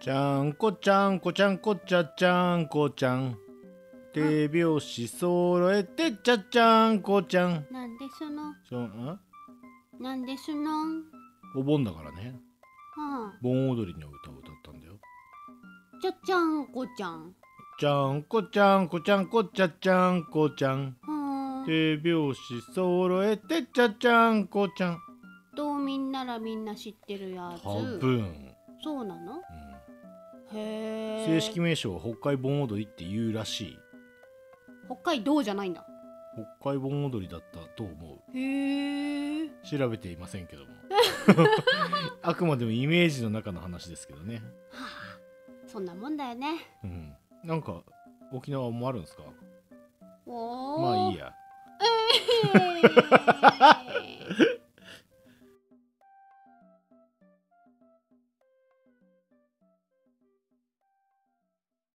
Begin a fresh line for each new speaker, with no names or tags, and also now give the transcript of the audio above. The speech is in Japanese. ちゃんこちゃんこちゃんこちゃちゃんこちゃん手拍子揃えてちゃちゃんこちゃん
なんですの
そん
なんですのうん
お盆だからね盆踊りの歌を歌ったんだよ
じゃちゃんこちゃん
ちゃんこちゃんこちゃんこちゃちゃんこちゃん
うん
手拍子揃えてちゃちゃんこちゃん
道民ならみんな知ってるや
多
つ
分、
そうなの
うん
へえ
正式名称は北海盆踊りって言うらしい
北海道じゃないんだ
北海盆踊りだったと思う
へえ
調べていませんけどもあくまでもイメージの中の話ですけどね、
はあ、そんなもんだよね。
うん、なんか沖縄もあるんですか
お
まあ
お。
いい。や
え